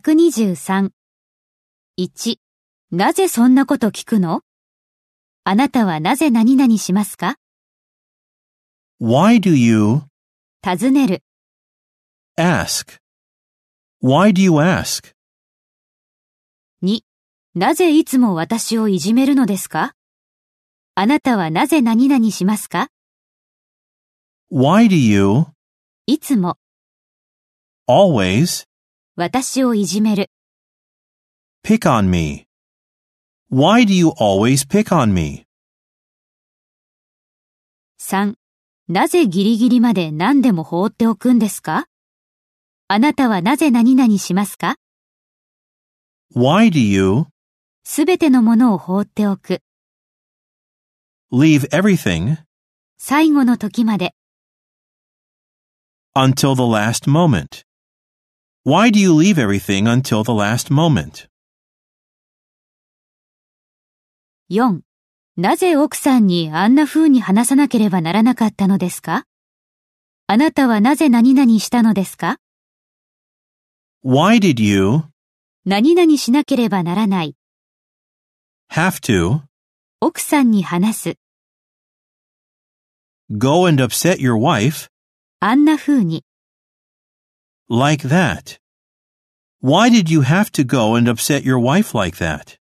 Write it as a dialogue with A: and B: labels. A: 123。1. なぜそんなこと聞くのあなたはなぜ何々しますか
B: Why do you
A: 尋ねる。
B: ask? Why do you ask?
A: 2. なぜいつも私をいじめるのですかあなたはなぜ何々しますか
B: Why do you
A: いつも
B: always
A: 私をいじめる。
B: pick on me? Why do you always pick on me?
A: 3. なぜギリギリまで何でも放っておくんですかあなたはなぜ何々しますか
B: Why do you
A: すべてのものを放っておく。
B: leave everything
A: 最後の時まで。
B: until the last moment? Why do you leave everything until the last moment?
A: 4. なぜ奥さんにあんな風に話さなければならなかったのですかあなたはなぜ何々したのですか
B: Why did you
A: 何々しなければならない。
B: have to
A: 奥さんに話す。
B: go and upset your wife
A: あんな風に。
B: like that? Why did you have to go and upset your wife like that?